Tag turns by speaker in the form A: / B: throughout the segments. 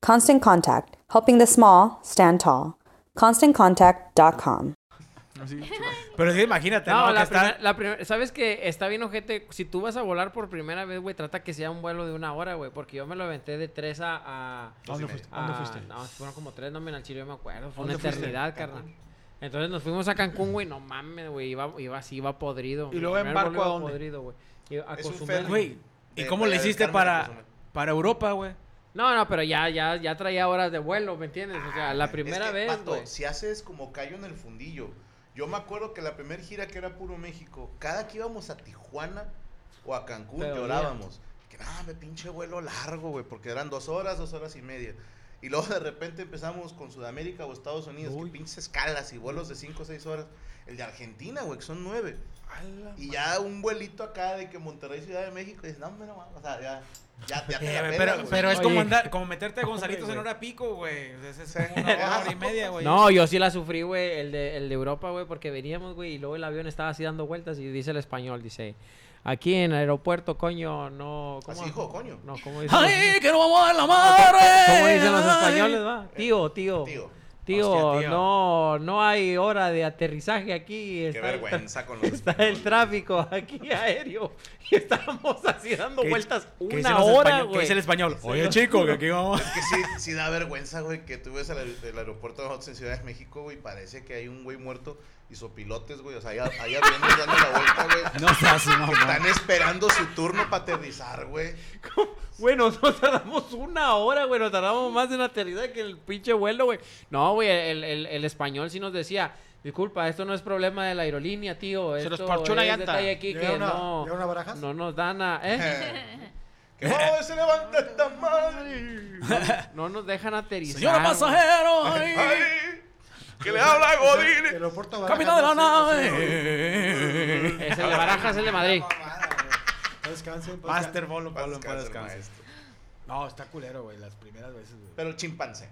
A: Constant Contact, helping the small stand tall. ConstantContact.com.
B: Así. Pero sí, imagínate, ¿no?
C: No, la
B: que está-
C: primer- la primer- ¿sabes que Está bien, ojete. Si tú vas a volar por primera vez, güey, trata que sea un vuelo de una hora, güey. Porque yo me lo aventé de tres a. a
B: ¿A dónde fuiste?
C: a-
B: ¿A dónde fuiste?
C: No, fueron como tres, no me al chile, yo me acuerdo. Fue
B: ¿A dónde
C: una
B: fuiste?
C: eternidad, carnal. Entonces nos fuimos a Cancún, güey. No mames, güey. Iba, iba así, iba podrido.
B: ¿Y
C: Mi
B: luego en
C: primer
B: barco
C: vuelo
B: a
C: iba
B: dónde?
C: Podrido, güey. Y a
D: Es un
C: Cozumel.
D: ferry.
B: Güey, ¿y
D: De-
B: cómo
D: de
B: le hiciste
D: Carmen a
B: para,
D: Cozumel.
B: para Europa, güey?
C: No, no, pero ya, ya, ya traía horas de vuelo, ¿me entiendes? O sea, la primera
D: Ah, Es que,
C: vez,
D: vato,
C: güey.
D: Si haces como callo en el fundillo. Yo me acuerdo que la primera gira que era puro México, cada que íbamos a Tijuana o a Cancún
C: Te dolía.
D: llorábamos. Que nada, me pinche vuelo largo, güey, porque eran dos horas, dos horas y media. Y luego de repente empezamos con Sudamérica o Estados Unidos,
B: Uy.
D: que pinches escalas y vuelos de cinco o seis horas. El de Argentina, güey, que son nueve.
B: Eh,
D: Y ya un vuelito acá de que Monterrey, Ciudad de México, y dices, no, hombre, no, mames", o sea, ya, ya, ya te la
B: Eh,
D: pelas,
B: pero,
D: güey.
B: pero es como
C: Oye.
B: andar, como meterte a Gonzalitos en hora pico, güey. O sea, es- es como una hora, hora y media, güey.
C: No, yo sí la sufrí, güey, el de, el de Europa, güey, porque veníamos, güey, y luego el avión estaba así dando vueltas y dice el español, dice, aquí en el aeropuerto, coño, no...
D: Así, hijo, coño.
C: No, ¿cómo dicen?
B: ¡Ay, que no vamos a dar la madre!
C: los, ¿Cómo dicen los
B: Ay.
C: españoles, va? Tío, tío.
D: Tío,
C: Tío,
B: Hostia, tío.
C: no, no hay hora de aterrizaje aquí.
D: qué
C: Está,
D: vergüenza con los
C: está
D: españoles.
C: el tráfico aquí aéreo. Y estábamos así dando
B: ¿Qué-
C: vueltas
B: qué dicen
C: una
B: los
C: hora,
B: españoles? ¿Qué
C: güey.
B: dice el español? Oye, chico, que aquí vamos.
D: Es que sí, sí da vergüenza, güey, que tú ves el, el aeropuerto de nosotros en Ciudad de México, güey, parece que hay un güey muerto y sopilotes, güey. O sea, allá, allá aviones dando la vuelta, güey.
B: No seas
D: que
B: mamá.
D: Están esperando su turno para aterrizar, güey.
C: Güey, nosotros tardamos una hora, güey. Nos tardamos más en aterrizar que el pinche vuelo, güey. No, güey, el, el- el español sí nos decía, disculpa, esto no es problema de la aerolínea, tío.
E: Se nos
C: esto
E: parchó una
C: es
E: llanta.
C: detalle aquí que
E: ¿Llegaron a-
C: no,
E: llegaron a Barajas?
C: no nos dan a... ¿eh?
D: Que no, se levanta esta madre.
C: No nos dejan aterrizar.
B: Señor
C: güey.
B: pasajero, ay,
D: Ay, que le habla
E: El
D: Godín.
E: aeropuerto Barajas,
B: capitán de la
E: no sé, no sé,
B: nave.
C: Es el de Barajas, es el de Madrid.
E: no Descansen. pues,
B: Master Pablo,
D: Paz
B: Pablo, para
D: descanse,
B: descanse.
D: maestro.
B: No, está culero, güey, las primeras veces, güey.
D: Pero el chimpancé.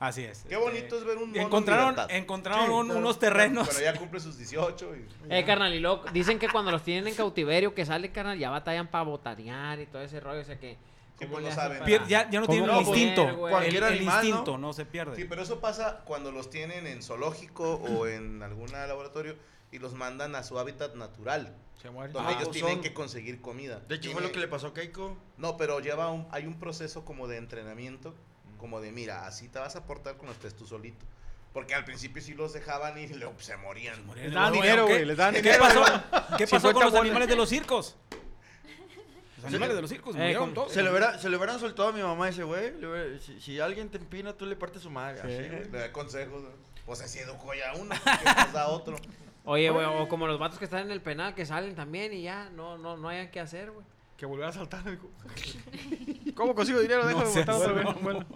B: Así es.
D: Qué bonito es ver un mono en
B: Este, Encontraron,
D: libertad.
B: encontraron
E: Sí,
B: un-
E: claro.
B: unos terrenos.
D: Pero ya cumple sus 18 y...
C: Eh, carnal, y luego dicen que cuando los tienen en cautiverio, que sale, carnal, ya batallan para botanear y todo ese rollo. O sea que...
D: Sí,
C: ¿cómo
D: pues no
C: le hacen
D: saben.
C: para-
B: Pier- ya, ya no tienen el
C: ¿Cómo poder,
B: instinto.
C: güey?
B: el
D: Cualquier
B: el
D: animal, ¿no?
B: instinto ¿no? se pierde.
D: Sí, pero eso pasa cuando los tienen en zoológico o en algún laboratorio y los mandan a su hábitat natural,
B: Se muere.
D: donde
E: Ah,
D: ellos
E: pues
D: tienen
E: son-
D: que conseguir comida.
E: De hecho,
D: Tiene-
E: fue lo que le pasó a Keiko.
D: No, pero lleva un,
E: Mm.
D: hay un proceso como de entrenamiento, como de, mira, así te vas a portar cuando estés tú solito. Porque al principio sí los dejaban y luego pues, se morían.
B: Les
F: daban dinero, güey, les daban
B: ¿Qué
F: dinero,
B: pasó,
F: güey.
B: ¿Qué pasó
F: 50
B: con los
F: bolas.
B: animales de los circos? Los animales de los circos
C: Eh,
B: murieron
C: con-
B: todos.
E: Se lo, hubiera, se lo hubieran soltado a mi mamá ese güey. le hubiera- Si, si alguien te empina, tú le partes su madre. así, güey.
D: Le da consejos. ¿no? Pues así educó ya uno, que nos da otro. Pues
C: Oye, güey, o como los vatos que están en el penal que salen también y ya, no, no, no hayan que hacer, güey.
E: Que volviera a saltar. hijo.
F: ¿Cómo consigo dinero? Déjame
B: seas
F: botado para ver.
B: mamón.
F: Bueno,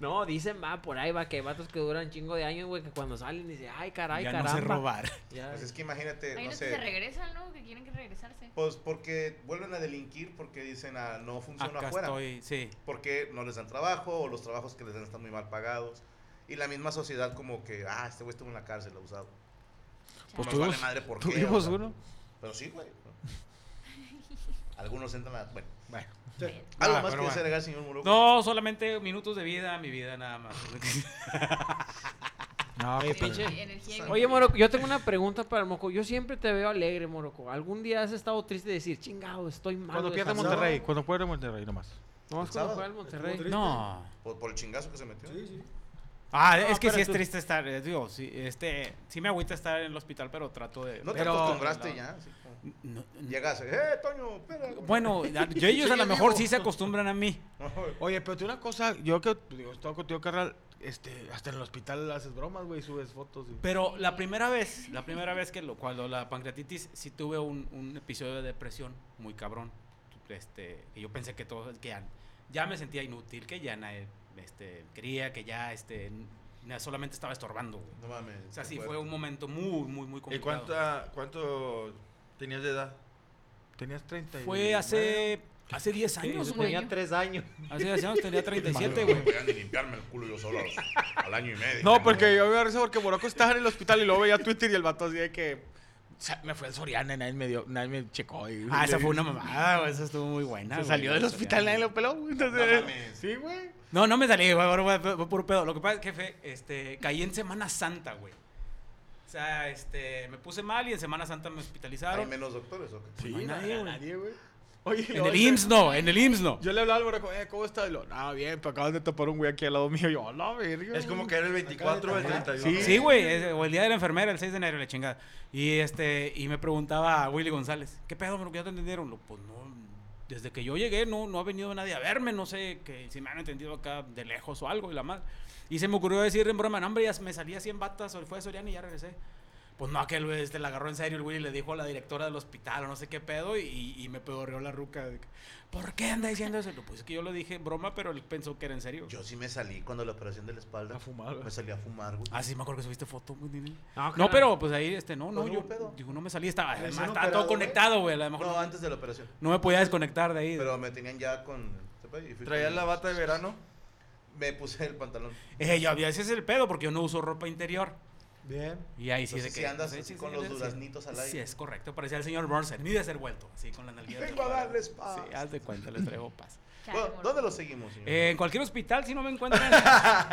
C: No, dicen, va, por ahí va, que hay vatos que duran chingo de años, güey, que cuando salen dicen, ay, caray,
B: ya
C: caramba.
B: no sé robar.
C: Ya.
D: Pues es que imagínate,
G: Hay
D: no
G: unos
D: sé.
G: que se regresan, ¿no? Que quieren que regresarse.
D: Pues porque vuelven a delinquir porque dicen, ah, no funciona
B: Acá
D: afuera.
B: estoy, sí.
D: Porque no les dan trabajo o los trabajos que les dan están muy mal pagados. Y la misma sociedad como que, ah, este güey estuvo en la cárcel, abusado.
F: pues
D: Nos
F: tuvimos,
D: vale madre por qué,
F: tuvimos
D: o sea.
F: uno.
D: Pero sí, güey. Algunos entran a... Bueno,
B: Bueno.
D: algo
B: Ah,
D: más que
B: pero bueno.
D: agregar, señor Muro.
B: No, solamente minutos de vida, mi vida nada más.
F: No,
C: Oye,
F: qué
C: pinche-
G: Energía
C: Oye, Moroco, yo tengo una pregunta para el Moco. Yo siempre te veo alegre, Moroco. ¿Algún día has estado triste de decir, chingado, estoy mal?
F: Cuando
C: güey,
F: pierde
C: jamás"?
F: Monterrey, cuando pierde Monterrey nomás.
C: No, es
D: El
C: cuando
D: sábado.
C: juega el
E: Estuvo
C: Monterrey.
E: triste.
B: No.
D: Por, por el chingazo que se metió.
E: Sí, sí.
B: Ah, es que
C: pero
B: sí es
C: tú-
B: triste estar, eh, digo, sí, este, sí me agüita estar en el hospital, pero trato de...
D: No te
B: pero-
D: acostumbraste
B: no,
D: ya. así como-
B: no,
D: Llegas, eh, Toño, espera. güey".
B: Bueno, a- yo- ellos a lo
E: Sigue
B: mejor
E: vivo.
B: sí se acostumbran a mí.
F: Oye, pero tú una cosa, yo que digo, estaba contigo, carnal, este, hasta en el hospital haces bromas, güey, subes fotos. y-
B: Pero la primera vez, la primera vez que lo, cuando la pancreatitis, sí tuve un, un episodio de depresión muy cabrón. Este, que yo pensé que todo, que ya, ya me sentía inútil, que ya nadie, este, quería, que ya, este, n- na- solamente estaba estorbando, güey.
D: No mames.
B: O sea, sí,
D: qué
B: fue
D: fuerte.
B: un momento muy, muy, muy complicado.
E: ¿Y cuánta, cuánto tenías de edad?
F: Tenías 30. y-
B: Fue hace, hace 10 años,
C: Yo
B: güey.
C: tenía tres años.
B: Hace 10 años tenía 37,
D: No
B: güey.
D: me podían ni limpiarme el culo yo solo a los- al año y medio.
F: No, porque yo me da risa porque Moroco estaba en el hospital y luego veía Twitter y el vato así de que. "Sa- Me fue al Soriana y nadie me dio, nadie me checó. y-
B: Ah, esa fue una mamada, güey. Esa estuvo muy buena.
F: Se
B: güey.
F: salió del hospital, nadie lo peló. güey, Entonces,
D: mames.
F: sí, güey.
B: No, no me salí, güey. ahora Fue, fue puro pedo. Lo que pasa es que fue, este, caí en Semana Santa, güey. O sea, este, me puse mal y en Semana Santa me
D: ¿Hay
B: hospitalizaron.
D: menos doctores o qué?
F: Sí,
B: pues, no hay nadie,
F: nadie,
B: güey.
F: nadie, güey. Oye,
B: En
F: luego
B: el
F: yo-
B: IMSS no, en el IMSS no.
F: Yo le hablaba al Moroco, eh, ¿cómo estás? Y lo, no, bien, pero acabas de topar un güey aquí al lado mío. Y Yo, la verga.
E: Es como
F: güey".
E: que era el 24 o el
F: Acá de
E: 31.
F: tamar.
B: Sí, güey, es- o el día de la enfermera, el 6 de enero, la chingada. Y este, y me preguntaba a Willy González, ¿qué pedo, bro? ¿Que ya te entendieron? Lo, pues no, desde que yo llegué no, no ha venido nadie a verme, no sé que si me han entendido acá de lejos o algo y la madre. Y se me ocurrió decir en broma, no, hombre, ya me salía 100 batas, o fue a Soriana y ya regresé. Pues no, aquel este, la agarró en serio el Willy le dijo a la directora del hospital o no sé qué pedo y, y me pedorreó la ruca. de que, ¿Por qué anda diciendo eso? Lo, Pues es que yo lo dije en broma, pero él pensó que era en serio.
D: Yo sí me salí cuando la operación de la espalda.
F: A fumar, güey.
D: Me salí a fumar, güey.
B: Ah, sí, me acuerdo que subiste foto, güey. dime.
C: Ah,
B: No,
C: claro.
B: pero pues ahí, este, no, no,
D: Pues,
B: yo
D: hubo pedo. Pues,
B: digo, no me salí, estaba,
E: Recién
B: además, estaba
E: operado,
B: todo
E: güey.
B: conectado, güey, a lo mejor
D: No,
B: no,
D: antes de la operación.
B: no me podía desconectar de ahí.
D: Pero me tenían ya con. y fui
E: Traías
D: con-
E: la bata de verano.
D: Me puse el pantalón.
B: Eh, yo había, ese es el pedo, porque yo no uso ropa interior.
E: Bien.
B: Y ahí sí
D: Entonces,
B: de que...
D: si Pues andas
B: no sé,
D: así
B: sí,
D: con
B: sí,
D: los
B: sí, sí.
D: duraznitos al aire.
B: Sí, es correcto, parecía el señor Bronson, ni de ser vuelto, así con la nalguilla.
D: Vengo a darles paz.
B: Sí, haz de cuenta, les traigo paz.
D: Bueno, ¿Dónde lo seguimos, señor?
B: Eh, en cualquier hospital, si no me encuentran.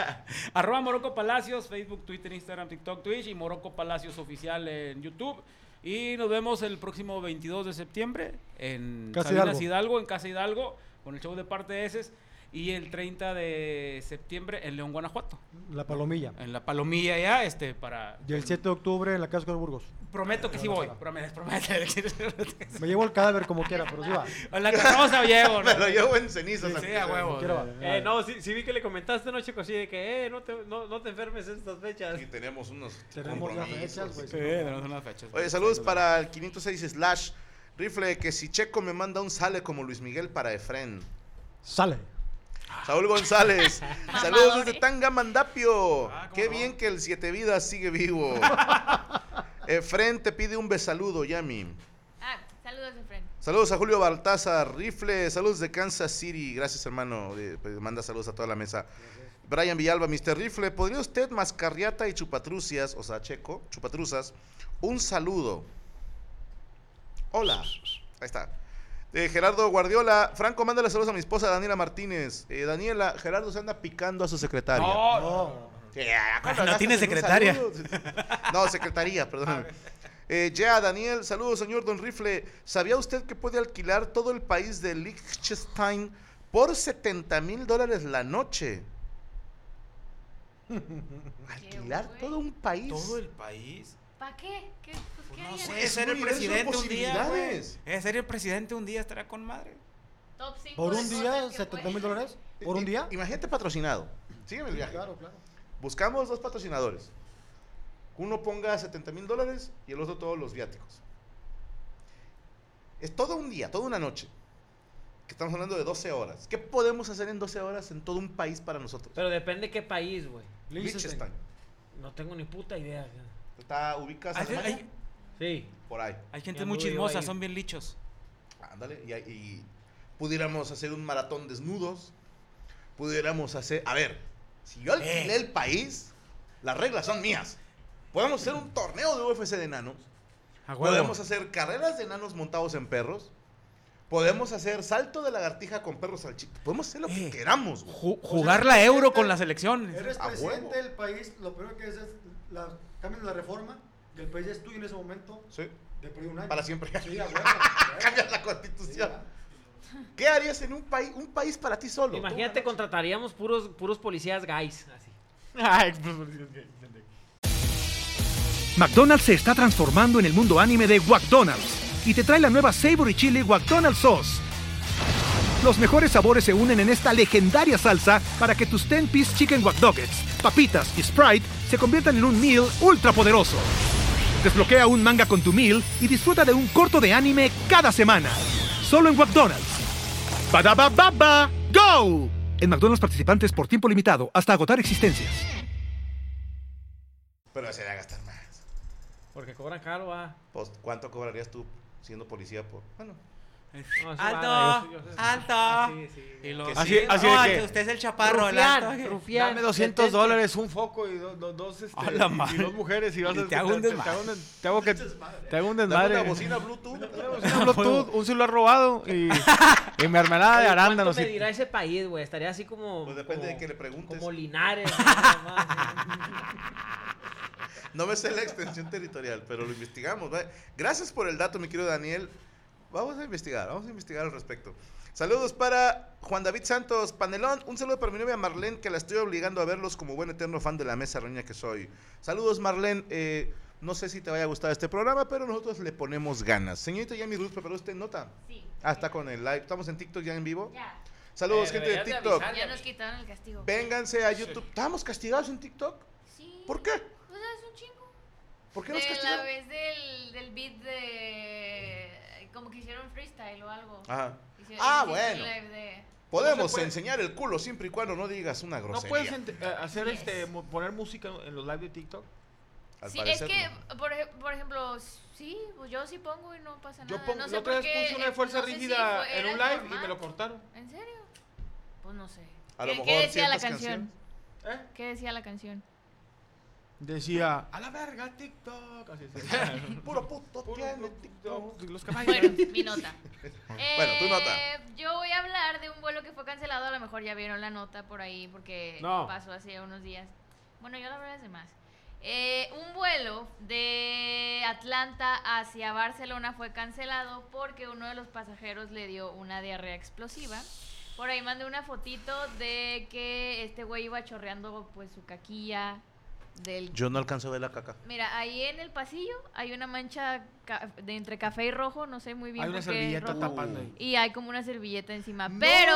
B: arroba Morocco Palacios, Facebook, Twitter, Instagram, TikTok, Twitch y Morocco Palacios Oficial en YouTube. Y nos vemos el próximo 22 de septiembre en
F: Casa
B: Sabinas
F: Hidalgo.
B: Hidalgo, en Casa Hidalgo, con el show de parte de heces. Y el 30 de septiembre en León, Guanajuato,
H: La Palomilla.
B: en la Palomilla ya, este, para...
H: Y el 7 de octubre en la Casa de Burgos.
B: Prometo que sí voy, prometo, prometo.
H: Me llevo el cadáver como quiera, pero sí va.
B: en la carroza llevo, ¿no?
D: Me lo llevo en cenizas.
B: Sí,
D: aunque
B: a
D: sea.
B: huevo.
H: Quiero
B: ¿no?
H: valer.
C: Eh, no, sí, sí vi que le comentaste, ¿no, chico? Así de que, eh, no te, no, no te enfermes en estas fechas.
D: Y tenemos unos.
H: Tenemos las
D: compromisos,
H: fechas, güey.
B: Sí,
D: así que-
B: tenemos unas fechas.
D: Oye, saludos para el 506 Slash. Rifle, que si Checo me manda un sale como Luis Miguel para Efren.
H: Sale.
D: Saúl González. Saludos desde
G: Mamadores.
D: Tangamandapio.
B: Ah, ¿cómo
D: Qué
B: no?
D: bien que el Siete Vidas sigue vivo. Efren te pide un besaludo, Yami.
G: Ah, saludos, Efren.
D: Saludos a Julio Baltázar, Rifle, saludos de Kansas City, gracias hermano, Eh, pues, manda saludos a toda la mesa. Brian Villalba, Mr. Rifle, ¿podría usted mascarriata y chupatrucias, o sea, checo, chupatruzas, un saludo? Hola, ahí está. De Gerardo Guardiola, Franco, mándale saludos a mi esposa Daniela Martínez. Eh, Daniela, Gerardo se anda picando a su secretaria.
B: No,
D: Sí, ya, cuando
B: Ah, No
D: gastas
B: tiene
D: en un
B: secretaria.
D: saludo. No, secretaría, perdón. Eh, ya, Daniel, saludos, señor Don Rifle. ¿Sabía usted que puede alquilar todo el país de Liechtenstein por 70 mil dólares la noche? Alquilar
G: güey.
D: todo un país.
B: Todo el país.
G: ¿Para qué? ¿Qué, pues, ¿qué
B: No
G: hay
B: sé,
G: ahí?
D: es
B: ser el
D: un universo de
B: presidente un día. güey.
D: posibilidades.
B: Eh, Ser el presidente un día estará con madre.
G: Top 5
H: ¿Por un día 70 mil dólares? ¿Por un
D: I-
H: día?
D: Imagínate patrocinado. Sígueme el viaje.
H: Claro, claro.
D: Buscamos dos patrocinadores. Uno ponga 70 mil dólares y el otro todos los viáticos. Es todo un día, toda una noche. Que estamos hablando de 12 horas. ¿Qué podemos hacer en 12 horas en todo un país para nosotros?
C: Pero depende qué país, güey.
D: Liechtenstein.
C: No tengo ni puta idea.
D: Está, ubicas
B: Hay,
D: Alemania?
B: hay-
C: Sí.
D: por ahí.
B: hay gente
C: Ya
B: muy
C: anduve yo
B: chismosa,
C: ahí.
B: son bien lichos.
D: Ándale, y, y pudiéramos hacer un maratón desnudos. Pudiéramos hacer. A ver, si yo alquilé
B: Eh.
D: el país, las reglas son mías. Podemos hacer un torneo de UFC de enanos.
B: A huevo.
D: Podemos hacer carreras de enanos montados en perros. Podemos hacer salto de lagartija con perros salchichas. Podemos hacer lo que
B: Eh.
D: queramos, güey.
B: Ju- jugar la euro con las elecciones.
H: Eres
D: A huevo.
H: presidente del país, lo primero que haces es la, cambias la reforma y el país ya es tuyo en ese momento,
D: Sí,
H: de por ahí un año.
D: para siempre.
H: Sí, a huevo. eh.
D: Cambiar la
H: Sí,
D: constitución.
H: ya.
D: ¿Qué harías en un país, un país para ti solo?
C: Imagínate, contrataríamos puros, puros policías gays. Así.
I: McDonald's se está transformando en el mundo anime de McDonald's y te trae la nueva Savory Chili McDonald's Sauce. Los mejores sabores se unen en esta legendaria salsa para que tus 10-piece chicken wack doggets, papitas y Sprite se conviertan en un meal ultra poderoso. Desbloquea un manga con tu meal y disfruta de un corto de anime cada semana. Solo en McDonald's. Badaba baba, go. En McDonald's participantes por tiempo limitado hasta agotar existencias.
D: Pero se va a gastar más.
C: Porque cobran caro, ah.
D: Pues, ¿Cuánto cobrarías tú siendo policía por.? Bueno,
C: No, eso
B: Alto,
C: va, yo- yo-
B: alto.
C: Ah, sí, sí.
B: Y lo-
D: Que
F: Así-
B: sí,
F: así
B: no,
F: de que-
B: usted es el chaparro, el
C: Rufián,
B: alto.
C: rufián.
E: Dame 200
C: detente.
E: dólares, un foco y do- do- dos, este,
B: A la
E: y
B: madre.
E: dos mujeres y vas
B: Y
E: a
B: te hago un
E: te,
B: desmadre.
E: hago un- te hago que te hago un
D: dame
E: desmadre.
D: una bocina Bluetooth.
E: Una Bluetooth, un celular robado y, y mi hermanada de
C: Oye,
E: arándanos.
C: ¿Cuánto
E: y-
C: medirá ese país, güey? Estaría así como.
D: Pues depende
C: como-
D: de que le preguntes.
C: Como Linares. ¿no? Nada más.
D: No me sé la extensión territorial, pero lo investigamos. ¿vale? Gracias por el dato, mi querido Daniel. Vamos a investigar, vamos a investigar al respecto. Saludos para Juan David Santos, panelón. Un saludo para mi novia Marlene, que la estoy obligando a verlos como buen eterno fan de la mesa reña que soy. Saludos, Marlene. Eh, no sé si te vaya a gustar este programa, pero nosotros le ponemos ganas. Señorita Yami Ruth, ¿preparó usted nota?
G: Sí.
D: Ah, está con el live. ¿Estamos en TikTok ya en vivo?
G: Ya.
D: Saludos,
C: Eh,
D: gente de
C: deberías de
D: TikTok.
C: avisar.
G: Ya nos quitaron el castigo.
D: Vénganse a YouTube. ¿Estábamos castigados en TikTok?
G: Sí.
D: ¿Por qué?
G: Pues es un chingo.
D: ¿Por qué nos
G: De la
D: castigaron?
G: vez del, del beat de. Como que hicieron freestyle o algo.
D: Ajá.
G: Hicieron-
D: Ah,
G: hiciste
D: bueno.
G: un live de-
D: Podemos
E: puede.
D: enseñar el culo siempre y cuando no digas una
E: ¿No
D: grosería.
E: puedes ente- eh, hacer
G: Yes.
E: este mu- poner música en los live de TikTok?
D: Al
G: Sí, es
D: parecer,
G: que,
D: no.
G: por, ej- por ejemplo, sí, pues yo sí pongo y no pasa
E: Yo
G: nada.
E: pon-
G: no
E: la
G: sé
E: otra
G: por
E: vez
G: qué.
E: puse una
G: eh,
E: fuerza
G: no sé si
E: rígida
G: fue-
E: en
G: era
E: un live y
G: normal.
E: me lo cortaron.
G: ¿En serio? Pues no sé.
D: A
G: ¿Qué,
D: lo
G: qué
D: mejor
G: decía la
D: ciertas
G: canción?
E: ¿Eh?
G: ¿Qué decía la canción?
E: Decía, a la verga TikTok. Así es.
D: Puro puto
E: Puro
D: tiene TikTok.
E: TikTok, Los caballos.
G: Bueno, mi nota.
D: Bueno, tu nota.
G: Eh, Yo voy a hablar de un vuelo que fue cancelado. A lo mejor ya vieron la nota por ahí porque
C: No.
G: Eh, pasó hace unos días. Bueno, yo la verdad es de más. Eh, un vuelo de Atlanta hacia Barcelona fue cancelado porque uno de los pasajeros le dio una diarrea explosiva. Por ahí mandé una fotito de que este güey iba chorreando pues su caquilla del
D: Yo no alcanzo a ver la caca.
G: Mira, ahí en el pasillo hay una mancha ca- de entre café y rojo, no sé muy bien
E: Hay una
G: por qué
E: servilleta
G: rojo.
E: tapando ahí.
G: Y hay como una servilleta encima, pero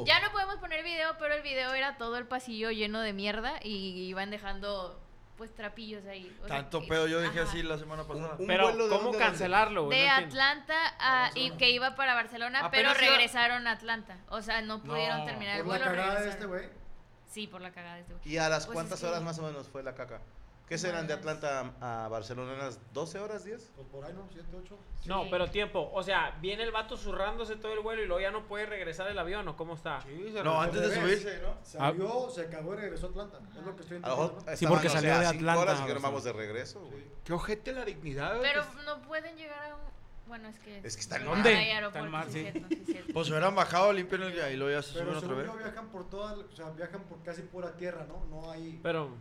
D: ¡No!
G: ya no podemos poner video, pero el video era todo el pasillo lleno de mierda y iban dejando pues trapillos ahí. o sea
E: Tanto
G: que-
E: pedo yo dije
G: ajá.
E: así la semana pasada.
D: Un
C: Pero,
D: vuelo de
C: ¿cómo
D: dónde a dónde?
C: cancelarlo, güey?
G: De
C: No entiendo.
G: Atlanta a- y que iba para Barcelona, pero
C: Apenas iba-
G: regresaron a Atlanta. O sea, no pudieron
B: No,
G: terminar el
H: Por
G: vuelo.
H: la cagada de
G: regresaron.
H: este güey.
G: Sí, por la cagada de este güey.
D: ¿Y a las
G: Pues
D: cuántas
G: es que-
D: horas más o menos fue la caca? ¿Qué serán de
G: Unas-
D: Atlanta a a Barcelona? ¿Unas 12 horas, 10?
H: Pues por ahí, ¿no? 7, 8.
C: No,
G: Sí.
C: pero tiempo. O sea, viene el vato zurrándose todo el vuelo y luego ya no puede regresar el avión, ¿o cómo está?
E: No, antes de subirse, ¿no?
H: Salió, se acabó y regresó a Atlanta. Es lo que estoy
D: A lo
H: entendiendo.
D: mejor
H: ¿no?
D: estaban,
B: porque
D: o sea,
B: salió de
D: cinco
B: Atlanta
D: horas y
B: a
D: ahora
B: Barcelona.
D: vamos de regreso, güey.
E: Qué ojete la dignidad. güey,
G: Pero
E: que s-
G: no pueden llegar a un... Bueno, es que...
D: Es que está en
G: no
B: ¿Dónde?
G: hay aeropuerto,
B: Está en mar,
G: sí,
B: sí.
G: es cierto, sí, es cierto.
E: Pues se hubieran bajado, limpian el y luego ya se suben
H: Pero
E: otra
H: según
E: vez.
H: yo viajan por toda, o sea, viajan por casi pura tierra, ¿no? No hay,
C: Pero,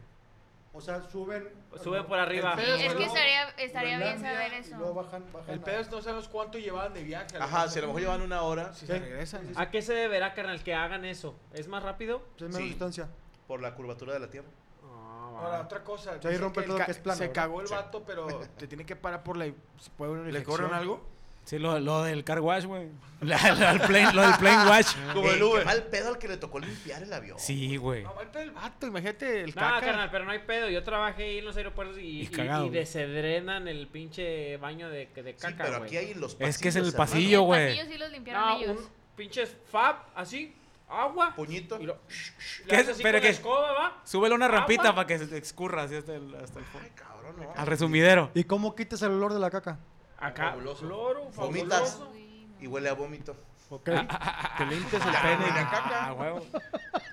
H: o sea, suben.
C: Suben por arriba.
H: El
G: Sí,
H: pedo
G: es
H: luego
G: que estaría, estaría bien
H: Groenlandia,
G: saber
H: Y luego
G: eso.
H: bajan, bajan.
E: El
H: a-
E: pedo es no sabemos cuánto llevaban de viaje.
D: Ajá, si a lo mejor llevan una hora
E: Si
H: Sí.
E: se regresan.
C: Ah, ¿a qué se deberá, carnal, que hagan eso? ¿Es más rápido?
H: es menos
D: Sí.
H: distancia.
D: por la curvatura de la Tierra.
F: Ahora, otra cosa.
J: Ahí
F: dicen
J: rompe
F: que
J: todo
F: ca-
J: que es plano,
F: Se
J: ¿verdad?
F: cagó el
J: Sí.
F: vato, pero te tiene que parar por la. si puede una
J: ¿Le
F: infección.
J: cobran algo?
B: Sí, lo, lo del car wash, güey. La- la- el plane- lo del plane wash.
D: Como el Uber. Ah, mal pedo al que le tocó limpiar el avión.
B: Eh, Sí, güey.
F: El vato, imagínate el
C: No,
F: caca.
C: carnal, pero no hay pedo. Yo trabajé ahí en los aeropuertos y, y,
B: cagado,
C: y
B: güey.
C: desedrenan el pinche baño de, de caca,
D: pero
C: güey.
D: aquí hay los
B: Es que es el
D: pasillos,
B: pasillo,
D: hermano.
B: güey.
G: Ellos sí los limpiaron
C: No,
G: ellos.
C: un pinche fab, así, agua.
D: Puñito.
C: Y lo, le
B: ¿Qué es?
C: haces así
B: Pero
C: con
B: que-
C: la escoba, ¿va?
B: Súbele una rampita
C: Agua.
B: para que se te escurra así hasta el, hasta el fondo.
D: Cabrón, no.
B: Al resumidero.
J: ¿Y cómo quitas el olor de la caca?
C: Acá,
D: Fabuloso.
C: cloro,
D: Vomitas
C: fabuloso.
D: y huele a vómito.
J: Ok.
B: Te limpias
D: el pene.
B: Ah, huevo.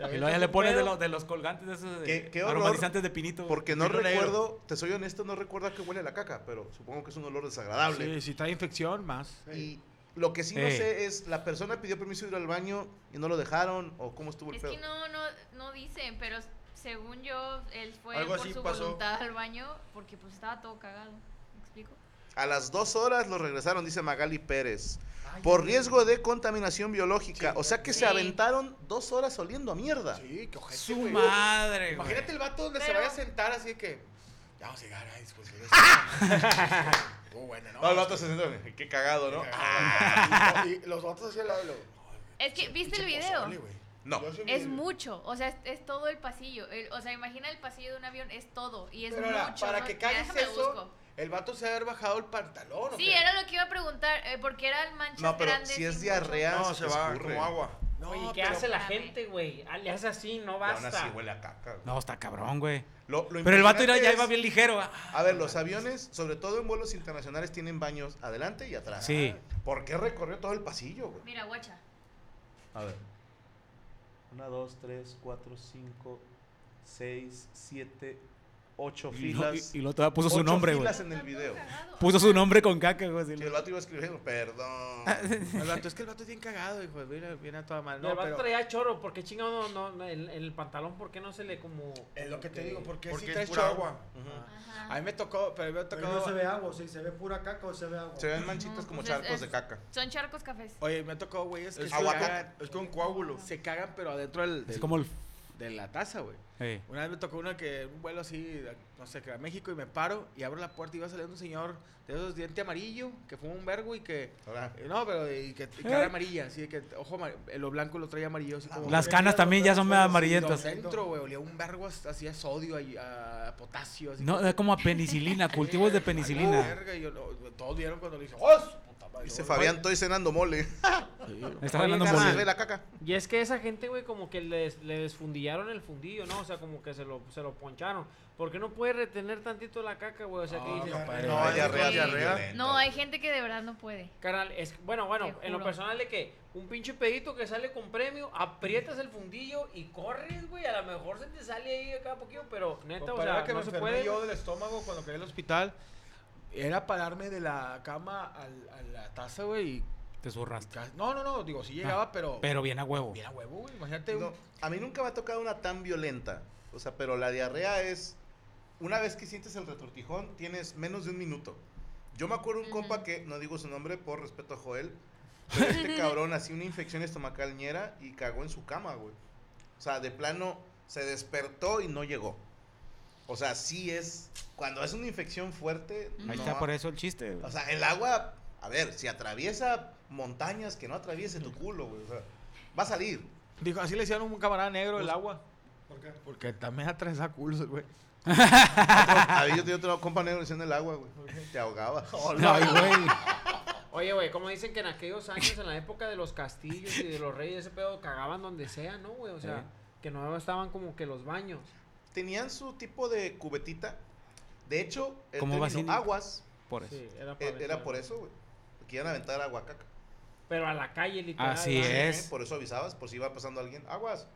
B: Y luego ya le pones de, los- de los colgantes de esos de-
D: ¿Qué, qué olor?
B: aromatizantes de pinito.
D: Porque no
B: Pino negro.
D: recuerdo, te soy honesto, no recuerdo a qué huele la caca, pero supongo que es un olor desagradable.
F: Sí, si trae infección, más.
D: Y lo que sí no
B: Eh.
D: sé es, la persona pidió permiso de ir al baño y no lo dejaron, o cómo estuvo el
G: Es
D: pedo.
G: que no, no, no dicen, pero según yo, él fue
D: Algo
G: por
D: así
G: su
D: pasó.
G: voluntad al baño porque pues estaba todo cagado. ¿Me explico?
D: A las dos horas lo regresaron, dice Magali Pérez. por riesgo de contaminación biológica. o sea que
G: Sí.
D: se aventaron dos horas oliendo a mierda.
F: Sí, qué ojete,
B: Su
F: güey.
B: madre, güey.
F: Imagínate el vato donde se
G: Pero-
F: vaya a sentar así de que. Ya vamos a llegar, ay, pues. Estuvo buena, ¿no?
D: No, el vato se sentó, Qué cagado, ¿no?
F: Ah, y los vatos hacia el lado. lo-
G: Es que, ¿viste el video?
F: Pozole, güey.
D: No.
F: Yo soy
G: Es
F: mi-
G: mucho, o sea, es, es todo el pasillo. el- o sea, imagina el pasillo de un avión, es todo. Y es
F: Pero ahora,
G: mucho.
F: para
G: ¿no?
F: que
G: Ya
F: cagues
G: déjame
F: eso,
G: busco.
F: el vato se ha de haber bajado el pantalón. ¿o
G: Sí,
F: qué?
G: era lo que iba a preguntar, eh, porque eran manchas
D: No, pero
G: grandes
D: si
G: y
D: es
G: mucho.
D: diarrea,
E: No, se va
D: escurre.
E: como agua.
F: No,
C: Oye, ¿qué
F: pero-
C: hace la
G: espérame.
C: gente, güey? Ah, Le hace así, no
D: Y aún
C: basta.
D: así huele a caca. güey.
B: No, está cabrón, güey.
D: Lo- lo
B: Pero el vato
D: impresionante
B: ya ya
D: es-
B: iba bien ligero. ah.
D: A ver, los aviones, sobre todo en vuelos internacionales, tienen baños adelante y atrás.
B: Sí.
D: ¿Por qué recorrió todo el pasillo, güey?
G: Mira, guacha.
D: A ver. 1, 2, 3, 4, 5, 6, 7, 8
B: Y lo-
D: filas.
B: y- y luego todavía puso su
D: Ocho
B: nombre, güey.
D: filas en el video.
B: Puso su nombre con caca, güey. así
D: Y
B: le-
D: el vato iba escribiendo, perdón.
F: El vato, es que el vato es bien cagado, hijo. Viene, viene a toda madre.
C: No,
F: No,
C: el vato
F: pero.
C: traía choro, ¿por qué chingado no, no, el, el pantalón, por qué no se le como...
F: Es lo que te digo, porque,
E: Porque
F: si
E: es
F: traes
E: pura
F: chorro.
E: agua.
F: Ajá.
G: Ajá.
F: A mí me tocó, pero me ha
H: Pero no se
F: tocado.
H: ve agua, o sea, se ve pura caca o se ve agua.
D: Se ven manchitas
G: No,
D: como
G: pues es-
D: charcos
G: es-
D: de caca.
G: Son charcos cafés.
F: Oye, me ha tocado, güey. Es que
E: Es
F: se
D: agua
F: cagan,
E: Es con coágulo.
F: se cagan, pero adentro del,
B: Es
F: del-
B: como el.
F: de la taza, güey.
B: eh.
F: Una vez me tocó una que un vuelo así, de- no sé, que a México y me paro y abro la puerta y va saliendo un señor de esos dientes amarillo que fuma un vergo y que
D: Ahora,
F: eh, no, pero y que y cara amarilla, así de que ojo, amar- eh, lo blanco lo traía amarillo así como
B: Eh. Las canas también ya son medio amarillentas.
F: dentro, güey, olía un vergo hasta- así a sodio y a, a potasio, así
B: No,
F: como-
B: es como a penicilina, cultivos de
F: Ay,
B: penicilina.
F: verga, y yo, no, todos vieron cuando le dije, "Oh, su puta madre".
D: dice Fabián, estoy cenando mole.
B: Está
C: Oye,
B: hablando
C: carnal,
D: Se
C: mole.
D: ve la caca.
C: Y es que esa gente, güey, como que les, le desfundillaron el fundillo, ¿no? O sea, como que se lo, se lo poncharon. ¿Por qué no puede retener tantito la caca, güey? O sea, que
F: No,
C: dices, "Pues,
F: compadre,
D: No, hay
F: es
D: diarrea,
G: que-
D: diarrea.
G: No, hay gente que de verdad no puede.
C: Carnal, es, bueno, bueno,
G: Te
C: en lo
G: juro.
C: personal de que un pinche pedito que sale con premio, aprietas el fundillo y corres, güey. A lo mejor se te sale ahí acá poquito, pero neta,
F: Compadre,
C: o
F: ahora
C: sea,
F: que
C: no
F: me
C: se
F: enfermé
C: puede.
F: yo
C: güey.
F: del estómago cuando caí al hospital era pararme de la cama al- a la taza, güey, y
B: Te zurraste.
F: Casi- No, no, no, digo, sí llegaba, pero.
B: Pero bien a huevo.
F: Mira, huevo, güey, imagínate.
D: No,
F: un-
D: a mí nunca me ha tocado una tan violenta. O sea, pero la diarrea es. Una vez que sientes el retortijón, tienes menos de un minuto. Yo me acuerdo un compa que, no digo su nombre por respeto a Joel, pero este cabrón hacía una infección estomacal ñera y cagó en su cama, güey. O sea, de plano se despertó y no llegó. O sea, sí es. Cuando es una infección fuerte.
B: Ahí
D: no
B: está
D: ha-
B: por eso el chiste.
D: O
B: güey.
D: sea, el agua, a ver, si atraviesa montañas, que no atraviese tu culo, güey. O sea, va a salir.
F: Dijo, así le decían a un camarada negro el agua.
H: ¿Por qué?
F: Porque también atravesaba culos, el güey.
D: A ver, Ah, pues, yo tenía otro compa negro en el agua, güey. Te ahogaba.
B: Ay, güey.
C: Oye, güey, como dicen que en aquellos años, en la época de los castillos y de los reyes, ese pedo cagaban donde sea, ¿no, güey? O sea,
B: Sí.
C: que no estaban como que los baños.
D: Tenían su tipo de cubetita. De hecho, el
B: Como
D: término
B: vasito.
D: aguas
B: Por eso.
C: Sí, era, para
D: eh, era
C: aventar.
D: por eso, güey. Que iban a aventar agua a caca.
C: Pero a la calle, literal.
B: Así
C: ¿no?
B: es.
D: Por eso avisabas, por si iba pasando alguien. Aguas.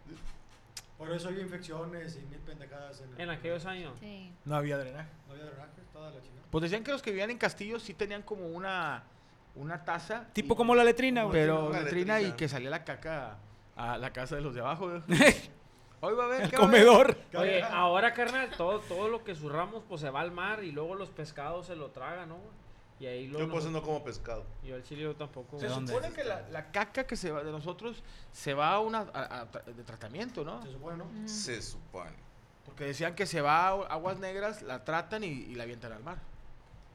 H: Por eso había infecciones y mil pendejadas en,
C: En aquellos años.
G: Sí.
F: No había drenaje.
H: No había drenaje, toda la chingada.
F: Pues decían que los que vivían en castillos sí tenían como una, una taza.
B: Tipo
F: y-
B: como la letrina, güey.
F: Pero
D: Una
F: letrina y
D: letrina.
F: que salía la caca a la casa de los de abajo, güey. Hoy va a ver.
B: El
F: ¿qué va a ver?
B: comedor.
C: Oye, ahora, carnal, todo, todo lo que zurramos, pues se va al mar y luego los pescados se lo tragan, ¿no? güey? Y ahí lo.
D: Yo pues, por eso no como pescado.
C: Yo el chile yo tampoco.
F: Se
C: güey.
B: dónde?
F: supone que la, la caca que se va de nosotros se va a una a- a tra- de tratamiento, ¿no?
H: Mm. Se supone, ¿no?
D: Se supone.
F: Porque decían que se va a aguas negras, la tratan y, y la avientan al mar.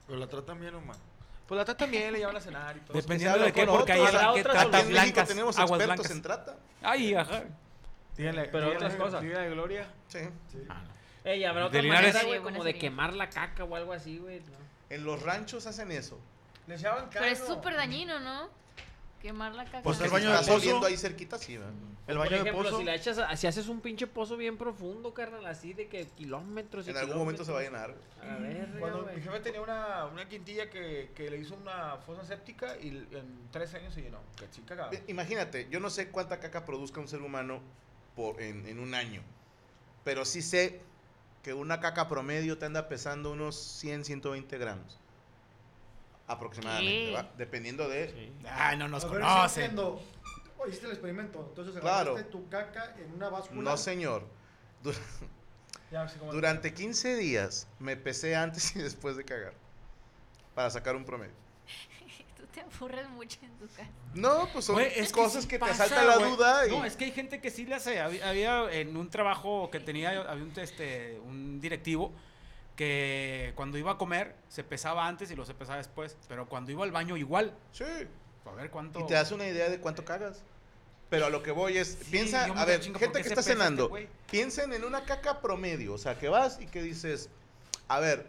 E: Pero la tratan bien o mal.
F: Pues la tratan bien, le llevan a cenar y todo. eso.
B: Dependiendo de qué,
F: Con
B: porque hay
F: otros,
B: la-
F: habrá
B: que
F: otras
B: trata
F: soluciones.
B: blancas,
D: tenemos
B: aguas
D: expertos
B: blancas.
D: en trata.
B: Ay, ajá.
F: Díganle,
C: Pero
F: díganle-
C: otras cosas.
F: díganle a Gloria.
D: Sí.
C: Ey, habrá
B: De
C: otra
B: Linares.
C: manera, güey,
G: Sí, buena
C: como de
G: serie.
C: quemar la caca o algo así, güey. ¿no?
D: En los ranchos hacen eso.
F: Le echaban
G: Pero es
F: cano.
G: súper dañino, ¿no? Quemar la caca.
E: Pues
D: Porque
E: el
D: si
E: baño de
D: estás
E: pozo.
D: oliendo ahí cerquita, sí. ¿verdad?
E: El
C: Por
E: baño de
C: ejemplo,
E: pozo.
C: si la echas, a- si haces un pinche pozo bien profundo, carnal, así de que kilómetros y
D: En algún momento se va a
C: kilómetros.
D: llenar.
C: A ver,
F: Cuando mi jefe tenía una, una quintilla que, que le hizo una fosa séptica y l- en tres años se llenó. Que chica cagada.
D: Ve, Eh, Imagínate, yo no sé cuánta caca produzca un ser humano por, en, en un año, pero sí sé que una caca promedio te anda pesando unos 100, 120 gramos. Aproximadamente,
G: ¿Qué?
D: ¿va? Dependiendo de...
B: Ay, no nos
H: A ver, sí
B: conocen.
H: entiendo. Oh, Hiciste el experimento, entonces
D: Claro.
H: agarraste tu caca en una báscula.
D: No, señor. Du-
F: Ya, así como-
D: Durante 15 días me pesé antes y después de cagar para sacar un promedio.
G: Tú te aburres mucho en tu casa.
D: No, pues son
B: Güey, es
D: cosas
B: sí
D: que, te
B: pasa,
D: asalta la
B: güey.
D: duda. Y...
B: No, es que hay gente que sí le hace. Había, había en un trabajo que tenía, había un, este, un directivo que cuando iba a comer se pesaba antes y luego se pesaba después. Pero cuando iba al baño igual.
D: Sí.
B: A ver cuánto.
D: Y te das una idea de cuánto cagas. Pero a lo que voy es, piensa,
B: yo me
D: a ver,
B: chingo, ¿por
D: gente
B: qué
D: que
B: se
D: está
B: pesa este
D: cenando,
B: güey?
D: piensen en una caca promedio, o sea, que vas y que dices, a ver,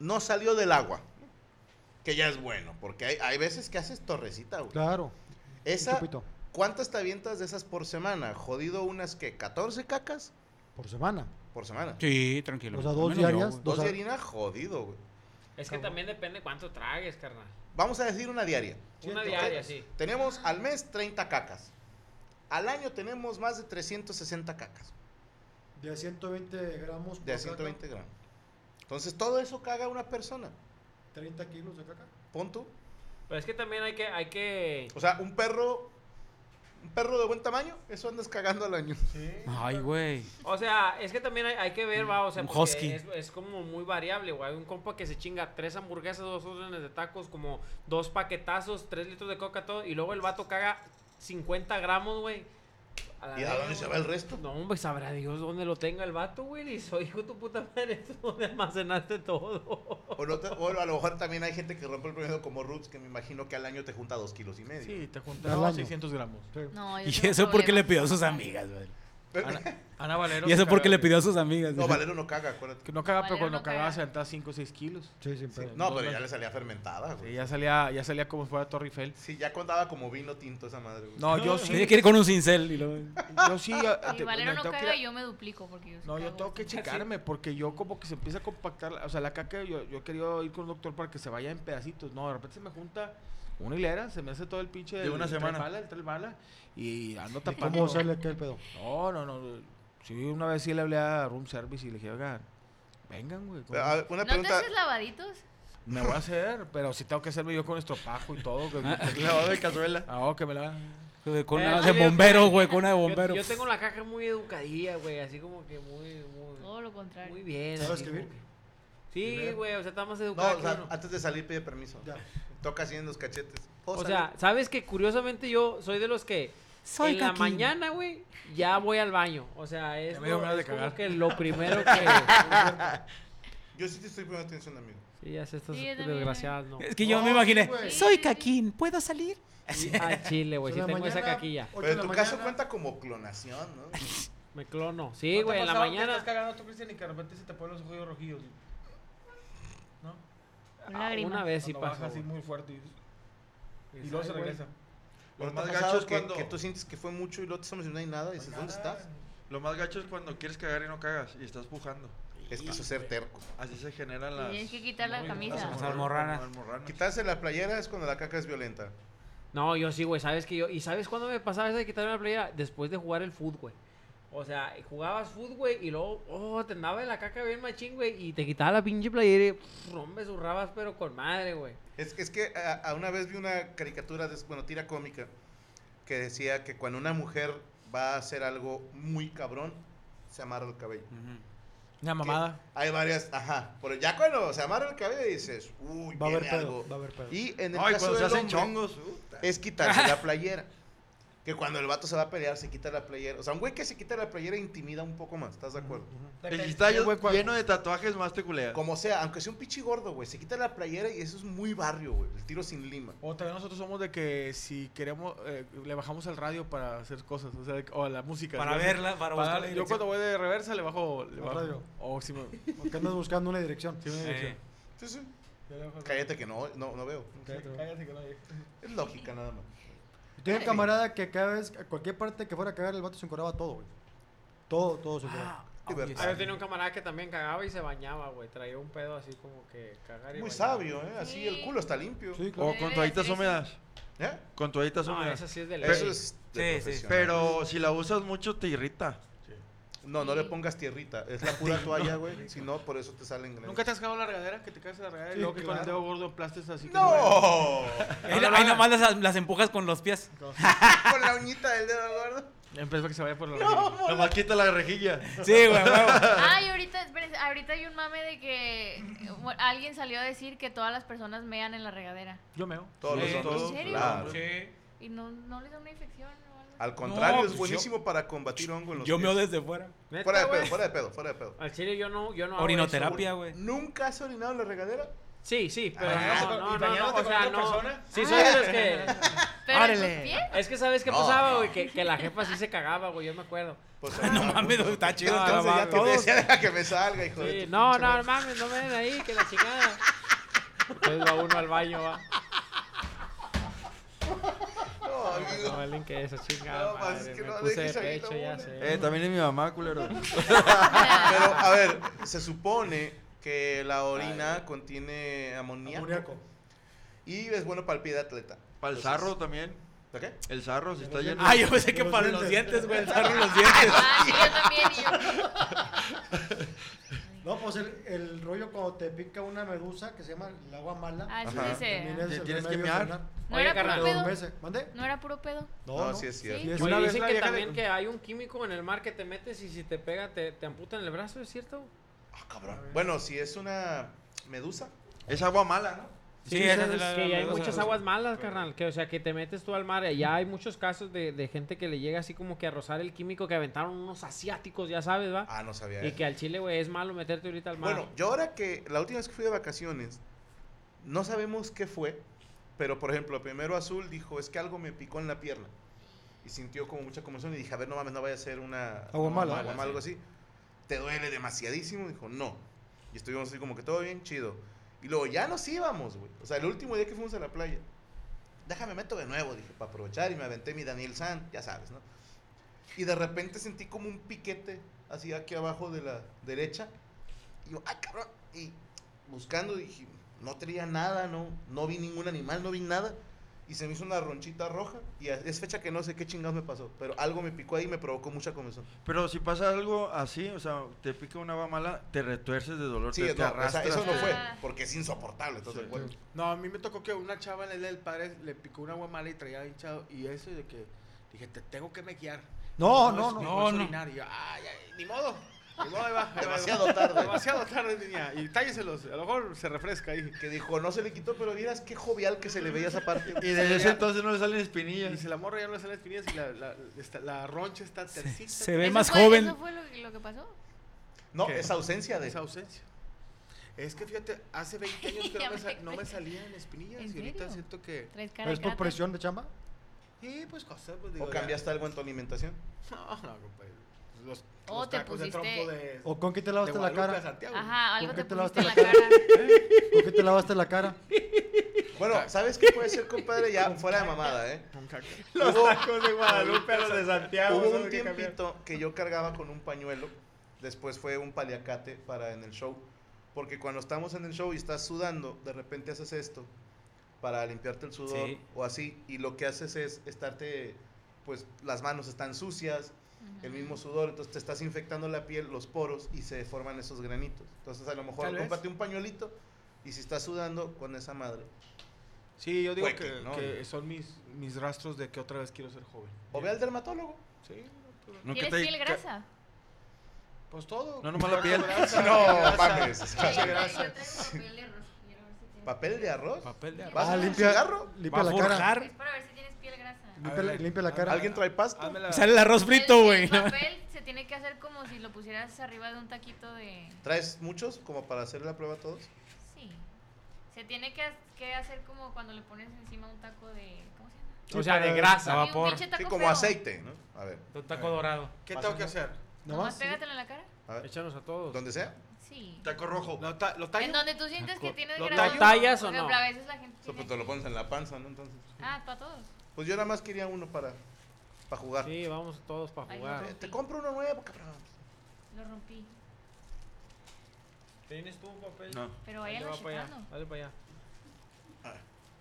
D: no salió del agua, que ya es bueno, porque hay, hay veces que haces torrecita, güey.
J: Claro. Un
D: Esa,
J: chupito.
D: ¿cuántas te avientas de esas por semana? Jodido unas que 14 cacas
J: Por semana.
D: por semana.
B: Sí, tranquilo.
J: O sea,
B: Al
J: dos
B: menos
J: diarias,
B: güey.
D: Dos
J: O
D: de
J: sea-
D: harina, jodido, güey.
C: Es que también depende cuánto tragues, carnal.
D: Vamos a decir una diaria.
C: Una
H: Siento,
C: diaria, sí.
D: Tenemos al mes 30 cacas. Al año tenemos más de 360 cacas.
H: De 120 gramos. por
D: De a
H: caca,
D: 120 gramos. Entonces, todo eso caga una persona.
H: 30 kilos de caca.
D: Pon tú.
C: Pero es que también hay que, hay que.
D: O sea, un perro. Un perro de buen tamaño, eso andas cagando al año.
B: Ay, güey.
C: O sea, es que también hay, hay que ver, va, o sea,
B: Un
C: porque
B: husky.
C: Es, es como muy variable, güey. Hay un compa que se chinga tres hamburguesas, dos órdenes de tacos, como dos paquetazos, tres litros de coca, todo, y luego el vato caga 50 gramos, güey. la
D: ¿Y a
C: verga,
D: dónde se
C: güey.
D: va el resto?
C: No, hombre, sabrá Dios dónde lo tenga el vato, güey. Y soy hijo de tu puta madre, tú dónde almacenaste todo.
D: O, no te- o a lo mejor también hay gente que rompe el promedio como Roots, que me imagino que al año te junta dos kilos y medio.
F: Sí, te
J: Al
F: juntaron
J: año.
F: 600 gramos.
G: No, yo
B: Y
G: tengo
B: eso porque le
G: problemas.
B: pidió a sus amigas, güey.
F: Ana, Ana Valero.
B: Y eso
F: se
B: porque
F: caga-
B: le pidió a sus amigas.
D: No,
B: güey.
D: Valero no caga, acuérdate.
F: Que no cagaba, pero
G: Valero
F: cuando
G: no
F: cagaba
G: caga.
F: se aventaba 5 o 6 kilos.
J: Sí, sin pedo.
D: No, pero ya le salía fermentada,
F: Sí,
D: güey.
F: ya salía, ya salía como fuera Torre Eiffel.
D: Sí, ya contaba como vino tinto esa madre, güey.
F: No, yo
B: Tenía
F: sí.
B: que ir con un cincel y luego.
F: Yo sí. a-
G: Y
F: te-
G: Valero
F: me
G: no
F: tengo que
G: caga
F: ir a-
G: y yo me duplico porque yo sí
F: No, yo
G: cago.
F: tengo que checarme porque yo como que se empieza a compactar, o sea, la caca yo, yo he querido ir con un doctor para que se vaya en pedacitos, no, de repente se me junta una hilera, se me hace todo el pinche
E: De
F: del
E: una
F: tres
E: semana.
F: bala, el tres bala y ando tapando.
J: ¿Cómo sale aquel pedo?
F: No, no, no. Sí, una vez sí le hablé a room service y le dije, "Oigan, vengan, güey. ¿cómo?".
D: Pero,
E: Ah,
D: a ver, Ah, una
G: ¿No te
D: pregunta.
G: haces lavaditos?
F: Me voy a hacer, pero sí tengo que hacerme yo con estropajo y todo,
C: Ah.
F: que
E: Lavado de cazuela.
F: Ah, oh, que me la
B: Con
C: Eh,
B: una de
C: sí, yo-
B: bomberos, güey. Con una de
C: Yo,
B: bomberos.
C: yo tengo la caja muy educadilla, güey, así como que muy, muy,
G: Todo lo contrario.
C: muy bien.
H: ¿Sabes
C: así
H: escribir?
C: como que- Sí,
H: Leer.
C: güey, o sea, está más
D: No,
C: educada.
D: o
C: que
D: sea,
C: uno.
D: antes de salir pide permiso.
H: Ya.
D: Toca así en los cachetes. Oh,
C: O
D: salud.
C: sea, sabes que curiosamente yo soy de los que en la mañana, güey, ya voy al baño. O sea, es,
F: Ya me dio
C: lo-
F: ganas de
C: es como
F: cagar.
C: que lo primero que.
D: yo sí te estoy poniendo atención, amigo.
C: sí, ya sé, estas
G: Sí, yo también. ¿eh?
C: desgraciadas, ¿no?
B: Es que yo
H: No,
B: me
H: sí,
B: imaginé.
H: güey.
B: Soy Caquín, ¿puedo salir?
C: Ah, chile, güey,
H: O
C: sí
H: sea,
C: tengo
H: Pues la
C: esa
H: mañana,
C: caquilla.
H: ocho
D: Pero en
H: de
D: tu
H: la
D: caso
H: mañana,
D: cuenta como clonación, ¿no?
C: Me clono. Sí, güey, en la mañana.
F: Estás cagando tú, Cristian, y que de repente se te ponen los ojos rojillos. ¿No?
G: Una
C: Ah,
G: lágrima.
C: una vez sí
F: Cuando baja
C: pasa.
F: así
C: güey.
F: muy fuerte y, y
C: Dices,
F: luego
C: "Ay,
F: se
C: güey".
F: regresa.
D: Lo
E: Lo
D: más
E: más
D: gacho
E: gacho es
D: que,
E: cuando-
D: que tú sientes que fue mucho y luego te estás emocionando y nada. Y dices, ¿dónde estás?
E: Lo más gacho es cuando quieres cagar y no cagas y estás pujando.
D: Es que eso es ser terco.
E: Así se generan
G: Y
E: las.
G: tienes que quitar la
E: Uy,
G: camisa.
B: Las almorranas.
E: almorranas.
D: Quitarse la playera es cuando la caca es violenta.
C: No, yo sí, güey, sabes que yo. ¿Y sabes cuándo me pasaba eso de quitarme la playera? Después de jugar el fútbol, güey. O sea, jugabas fútbol, güey, y luego, oh, te andaba de la caca bien machín, güey, y te quitaba la pinche playera y, pff, hombre, zurrabas, pero con madre, güey.
D: Es, es que a, a una vez vi una caricatura, de, bueno, tira cómica, que decía que cuando una mujer va a hacer algo muy cabrón, se amarra el cabello.
F: Una mamada.
D: Hay varias, ajá. Pero ya cuando se amarra el cabello dices, uy,
J: Va a haber
D: viene
J: pedo,
D: algo.
J: va a haber pedo.
D: Y en el
E: Ay,
D: caso
E: cuando
D: del
E: se hacen
D: hombre,
E: chongos. puta.
D: es quitarse la playera. Que cuando el vato se va a pelear, se quita la playera. O sea, un güey que se quita la playera intimida un poco más, ¿estás de acuerdo?
E: El que está lleno de tatuajes más te culea.
D: Como sea, aunque sea un pichi gordo, güey, se quita la playera y eso es muy barrio, güey. El tiro sin lima.
F: O también nosotros somos de que si queremos, eh, le bajamos al radio para hacer cosas, o sea, de que- o a la música.
B: Para
F: ¿sí?
B: verla, para buscar la
F: Yo
B: dirección.
F: cuando voy de reversa le bajo. Le
J: Al
F: bajo.
J: radio.
F: O si me-
J: Porque andas buscando una dirección.
F: Sí, una dirección.
D: Sí, sí.
F: Yo le bajo al
D: Cállate que no, no, no veo.
J: Cállate,
D: Sí.
F: Cállate que no llegué.
D: Es lógica nada más.
J: Tengo un camarada que cada vez, a cualquier parte que fuera a cagar, el vato se encoraba todo, güey. Todo, todo se encoraba.
C: Ah, yo tenía un camarada que también cagaba y se bañaba, güey. Traía un pedo así como que cagar y
D: Muy
C: bañar.
D: sabio, ¿eh? Así el culo está limpio.
J: Sí,
E: O con toallitas húmedas.
D: ¿Eh?
E: Con toallitas
C: No,
E: húmedas.
C: esa sí es de
E: Pero-
C: ley. Eso
D: es de Sí, sí. profesional.
E: Pero si la usas mucho te irrita.
D: No, no le pongas tierrita. Es la pura toalla, güey. Si no, por eso te salen grandes.
F: ¿Nunca te has cagado la regadera? Que te caes en la regadera
B: Sí,
F: y luego que con el
B: claro.
F: dedo gordo aplastes así.
B: ¡No! Ahí, ahí nomás las, las empujas con los pies.
D: Con la uñita del dedo gordo.
F: Empezó que se vaya por la
D: No,
F: rejilla.
D: mola. Nomás
E: quita la rejilla.
B: Sí, güey, huevo.
G: Ay, ahorita, espérense, ahorita hay un mame de que eh, bueno, alguien salió a decir que todas las personas mean en la regadera.
F: Yo meo.
D: Todos los
B: Sí.
D: hombres,
G: ¿En serio?
D: claro.
G: Y no, no les da una infección o algo.
D: Al contrario,
B: pues, No,
D: es
B: pues
D: buenísimo para combatir hongo en los
B: Yo
D: pies.
B: meo desde fuera.
C: ¿Neta,
D: Fuera de pedo,
C: güey?
D: fuera de pedo, fuera de pedo.
C: Al chile yo no, yo no hago
B: Orinoterapia,
C: eso.
B: güey.
D: ¿Nunca has orinado en la regadera?
C: Sí, sí, pero
D: Ah,
C: no, no,
D: ¿y
C: no, no,
D: bañándote
C: o
D: con
C: sea,
D: otra
C: no.
D: persona?
C: Sí,
D: Ah.
C: soy de los que...
G: Pero en tus pies.
C: Es que ¿sabes qué
D: No,
C: pasaba,
D: no.
C: güey? Que, que la jefa sí se cagaba, güey, yo me acuerdo.
B: No mames, está chido.
D: Entonces
B: no
D: ya
B: mames.
D: que me decía, deja que me salga, hijo de
C: Sí,
D: tu
C: no,
D: pinche
C: no,
D: madre.
C: mames, no me den ahí, que la chingada. Entonces va uno al baño, va.
D: No,
C: No,
D: amigo.
C: valen que esa chingada
D: No, pues,
C: madre,
D: es que
C: me
D: no
C: puse
D: dejes
C: de
D: ahí la
C: pecho, ya
D: bola.
C: sé.
E: Eh, también es mi mamá, culero.
D: Pero, a ver, se supone que la orina contiene amoníaco.
J: Amoníaco.
D: Y es bueno para el pie de atleta.
E: Para el
D: Entonces-
E: sarro también.
D: ¿De qué?
E: El sarro, si está lleno.
B: Ah, yo pensé que para los dientes, güey. Echaron los dientes.
G: Ah, sí, yo también. y yo-
J: No, pues el, el rollo cuando te pica una medusa que se llama el agua mala.
G: Ah, eso
D: Ajá.
G: sí sé.
J: también es el
E: Tienes que
J: remedio
E: mear.
J: sanar.
G: No
C: Oye,
G: era
C: carnal.
G: puro
J: Todos los
G: pedo.
J: meses. ¿Mande?
G: No era puro pedo.
D: No, sí es cierto.
J: Y es
C: Oye,
J: una vez
C: dicen
F: la
C: que
F: vieja
C: también
F: le-
C: que hay un químico en el mar que te metes y si te pega te, te amputan el brazo, ¿es cierto?
D: Ah, cabrón. Bueno, si es una medusa.
E: Es agua mala, ¿no?
B: Sí,
C: Sí,
B: esa es
C: sabes
B: la-
C: que
B: la-
C: hay
B: la-
C: muchas
B: la-
C: aguas malas, carnal. Que, o sea, que te metes tú al mar. Ya hay muchos casos de, de gente que le llega así como que a rozar el químico que aventaron unos asiáticos, ya sabes, ¿va?
D: Ah, no sabía.
C: y
D: eso.
C: que al chile, güey, es malo meterte ahorita al mar.
D: Bueno, yo ahora que la última vez que fui de vacaciones, no sabemos qué fue, pero por ejemplo, primero Azul dijo, es que algo me picó en la pierna. Y sintió como mucha conmoción y dije, a ver, no mames, no vaya a ser una...
J: Agua
D: no,
J: mala.
D: agua mala, algo así. ¿Te duele demasiadísimo? Dijo, no. Y estuvimos así como que todo bien, chido. Y luego ya nos íbamos, güey. O sea, el último día que fuimos a la playa. Déjame meto de nuevo, dije, para aprovechar. Y me aventé mi Daniel San, ya sabes, ¿no? Y de repente sentí como un piquete así aquí abajo de la derecha. Y yo, ay, cabrón. Y buscando dije, no tenía nada, no, no vi ningún animal, no vi nada. Y se me hizo una ronchita roja. Y a- es fecha que no sé qué chingados me pasó. Pero algo me picó ahí y me provocó mucha comezón.
E: Pero si pasa algo así, o sea, te pica una agua mala, te retuerces de dolor,
D: Sí,
E: te,
D: no,
E: te
D: o sea,
E: arrastras.
D: eso no fue.
G: Ah.
D: Porque es insoportable, ¿estás de acuerdo?
F: No, a mí me tocó que una chava en el del padre le picó una agua mala y traía hinchado. Y eso de que dije, te tengo que mequear. Pues,
J: No, no,
F: es-
J: no.
F: No, es
B: no.
F: orinar. Y yo, ay, ay, ni modo. Ni modo, ahí va, ahí va, ahí va.
D: Demasiado tarde.
F: Demasiado tarde, niña. Y tálleselos. A lo mejor se refresca ahí.
D: Que dijo, no se le quitó, pero vieras qué jovial que se le veía esa parte.
F: Eh,
E: Y desde ese entonces no le salen espinillas.
F: Y si la morra ya no le sale espinillas y la, la, esta- la roncha está tercita.
B: Se ve
G: ¿Eso
B: más
G: fue-
B: joven.
G: ¿Eso fue lo, que- lo que pasó?
D: No,
F: ¿Qué?
D: es ausencia de.
F: Esa ausencia. Es que fíjate, hace 20 años que no
G: Ya
F: me,
G: me
F: sa- no me
G: acordé.
F: salían espinillas.
G: ¿En
F: Y ahorita
G: serio?
F: siento que.
G: Tres caras.
J: ¿Es por presión de chamba?
F: Sí, pues cosas. Pues, digo,
D: ¿O
F: ya.
D: cambiaste algo en tu alimentación?
F: No, no, compadre. Los,
G: O
F: los
G: te
F: tacos de
G: pusiste-
F: trompo de.
J: ¿O con qué te lavaste
F: de
J: la
F: Guadalupe a
J: cara?
F: Santiago.
G: Ajá, algo
J: ¿Por
G: te
J: qué te
G: pusiste en la
J: lavaste
G: cara.
J: ¿Con qué te lavaste la cara?
D: Bueno, ¿sabes qué puede ser, compadre? Ya fuera de mamada, ¿eh?
F: Con caca.
D: Los
E: tacos de Guadalupe a los de Santiago.
D: Hubo un tiempito que yo cargaba con un pañuelo, después fue un paliacate para en el show, porque cuando estamos en el show y estás sudando, de repente haces esto para limpiarte el sudor
B: Sí.
D: o así, y lo que haces es estarte, pues las manos están sucias, el mismo sudor, entonces te estás infectando la piel, los poros y se forman esos granitos. Entonces a lo mejor
F: Tal vez.
D: cómprate un pañuelito y si estás sudando con esa madre.
F: Sí, yo digo
D: Hueque,
F: que,
D: ¿no?
F: que son mis, mis rastros de que otra vez quiero ser joven.
D: O ve al dermatólogo.
F: Sí,
G: ¿Tienes piel grasa?
F: pues todo.
E: No, nomás la piel.
D: No, mames.
G: Yo traigo papel de arroz. Quiero ver si tienes-
D: ¿Papel de arroz?
B: Papel de arroz.
D: ¿Vas
J: Ah,
D: a un
J: limpia,
D: cigarro?
J: limpia
B: Va
J: la
B: a
J: cara.
B: forjar.
G: Es para ver si tienes piel grasa.
J: Limpia, la, limpia la cara.
D: ¿Alguien trae pasta?
B: Sale el arroz frito, güey.
G: El papel se tiene que hacer como si lo pusieras arriba de un taquito de...
D: ¿Traes muchos como para hacer la prueba a todos?
G: Sí. Se tiene que, ha- que hacer como cuando le pones encima un taco de... ¿Cómo se llama?
D: O sea, de grasa.
B: A vapor.
G: pinche taco
D: Sí, como
G: feo.
D: aceite, ¿no? A ver.
B: Un taco dorado.
E: ¿Qué tengo que hacer?
G: Nomás pégatelo en la cara.
D: A ver.
C: Échanos a todos.
D: ¿Donde sea?
G: Sí.
E: Taco rojo.
F: ¿Lo, ta- lo tallo?
G: En donde tú sientes que tienes
D: ¿Lo
G: grasa.
D: tallo?
C: ¿Tallas o
G: Por
C: no?
G: ejemplo, a veces la gente...
D: Eso,
G: tiene-
D: pues te lo pones en la panza, ¿no? Entonces.
G: Ah, para todos.
D: Pues yo nada más quería uno para, para jugar. Eh,
C: Sí, vamos todos para
G: Ay,
C: jugar.
G: no.
D: Te compro uno nuevo, cabrón.
G: Lo rompí.
C: ¿Tienes tú un papel?
E: No.
G: Pero
C: Ahí
G: váyanlo
C: va para allá.
G: checando.
C: Dale para allá.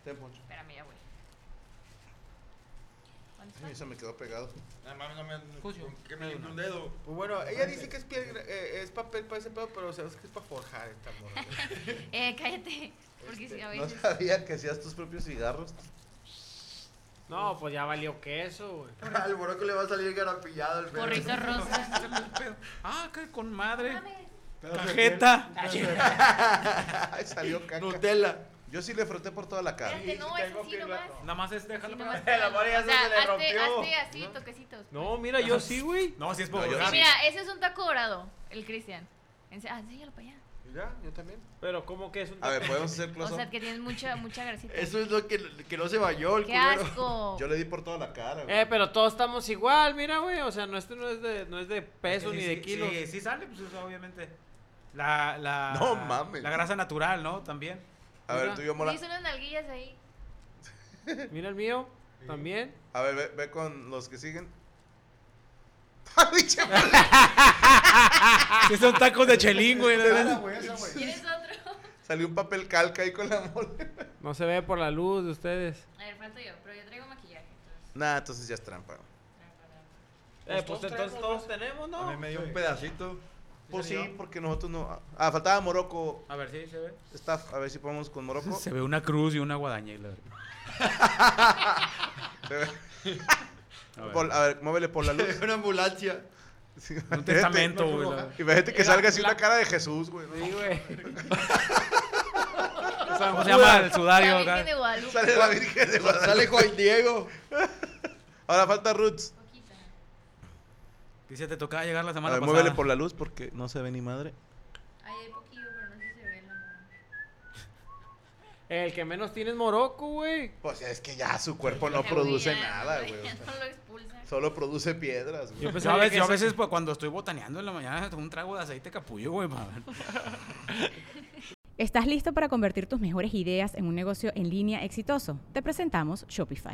D: Ten, Poncho.
G: Espérame ya, güey. ¿Dónde
D: Ay,
G: está?
D: se me quedó pegado.
E: Nada más no me.
C: Sucio.
E: Que me limpie un dedo.
F: Pues bueno, ella dice que es, piedra- eh, es papel para ese pedo, pero sabes que es para forjar esta morra.
G: Eh, cállate. Porque si a
D: No
G: veces...
D: sabía que hacías tus propios cigarros.
C: No, pues ya valió queso, güey.
E: Al boroco le va a salir garapillado el pedo.
G: Porrito rosa.
B: Ah, qué con madre.
G: Mames.
B: Cajeta.
D: Ay, salió caca.
E: Nutella.
D: Yo sí le froté por toda la cara.
G: Espérate, no, es así nomás.
B: Nada más es
G: Así
B: déjalo para
G: nomás.
B: acá.
E: La mora ya
G: O sea,
E: se le
G: hazte-
E: rompió.
G: hazte así, toquecitos.
C: No, mira, yo sí, güey.
B: No, si es
D: No,
B: por
D: yo Ah,
G: Sí,
B: borrar.
D: sí.
G: mira, ese es un taco dorado, el Cristian. Ense- Ah, enséñalo para allá.
F: Ya, yo también.
C: Pero ¿cómo que es un
D: A ver,
C: taco?
D: ¿podemos hacer
G: O
D: close
G: sea, que tienes mucha, mucha grasita.
E: Eso es lo que, que no se bañó el
G: ¡Qué
E: culero.
G: asco!
D: Yo le di por toda la cara. güey.
C: Eh, pero todos estamos igual, mira, güey. O sea, no, este no es de, no es de peso
B: Sí,
C: ni
B: sí,
C: de kilos.
B: Sí, sí sale, pues o sea, obviamente. La, la,
D: No mames.
B: La grasa natural, ¿no? También.
D: A ver, tú y yo, Mora.
G: Sí, son unas nalguillas ahí.
C: Mira el mío, también.
D: A ver, ve, ve con los que siguen. ¡Ah, pinche madre!
B: Sí, son tacos de chelín, güey.
J: Esa, güey, esa, güey.
G: ¿Quieres otro?
D: Salió un papel calca ahí con la mole.
C: No se ve por la luz de ustedes.
G: A ver, falto yo, pero yo traigo maquillaje. entonces,
D: Nah, entonces ya es trampa.
G: trampa, trampa.
C: Eh, pues entonces todos tenemos,
E: A mí
C: ¿no?
E: me dio un pedacito.
D: Pues sí, porque nosotros no. Ah, faltaba Morocco.
B: A ver, sí, se ve.
D: Staff, a ver si podemos con Morocco.
B: Se ve una cruz y una guadaña.
D: Se ve. Por- a ver, muévele por la luz.
E: Una ambulancia.
D: Sí,
B: Un
D: imagínate-
B: testamento, güey. la-
D: Imagínate que
C: La-
D: salga así
C: la-
D: una cara de Jesús, güey. ¿no?
C: Sí, güey.
B: ¿Cómo se llama el
D: Ah,
B: sudario
G: La Virgen de
B: acá?
G: Guadalupe.
D: Sale la Virgen de Guadalupe.
E: Sale Juan Diego.
D: Ahora falta Roots.
G: Poquita.
B: Dice, te tocaba llegar la
D: A
B: semana
D: ver,
B: pasada.
D: muévele por la luz porque no se ve ni madre.
G: Ahí hay poquillo, pero no sé si se ve la mano.
C: El que menos tiene es Morocco, güey.
D: Pues es que ya su cuerpo no
G: Ese
D: produce
G: ya,
D: nada,
G: ya
D: güey. o sea,
G: No lo expulsa.
D: Solo produce piedras, güey.
C: Yo
B: Yo a
C: pensaba
B: veces,
C: que
B: yo a
C: ese-
B: veces, pues, cuando estoy botaneando en la mañana, tomo un trago de aceite capullo, güey, pa' ver.
K: ¿Estás listo para convertir tus mejores ideas en un negocio en línea exitoso? Te presentamos Shopify.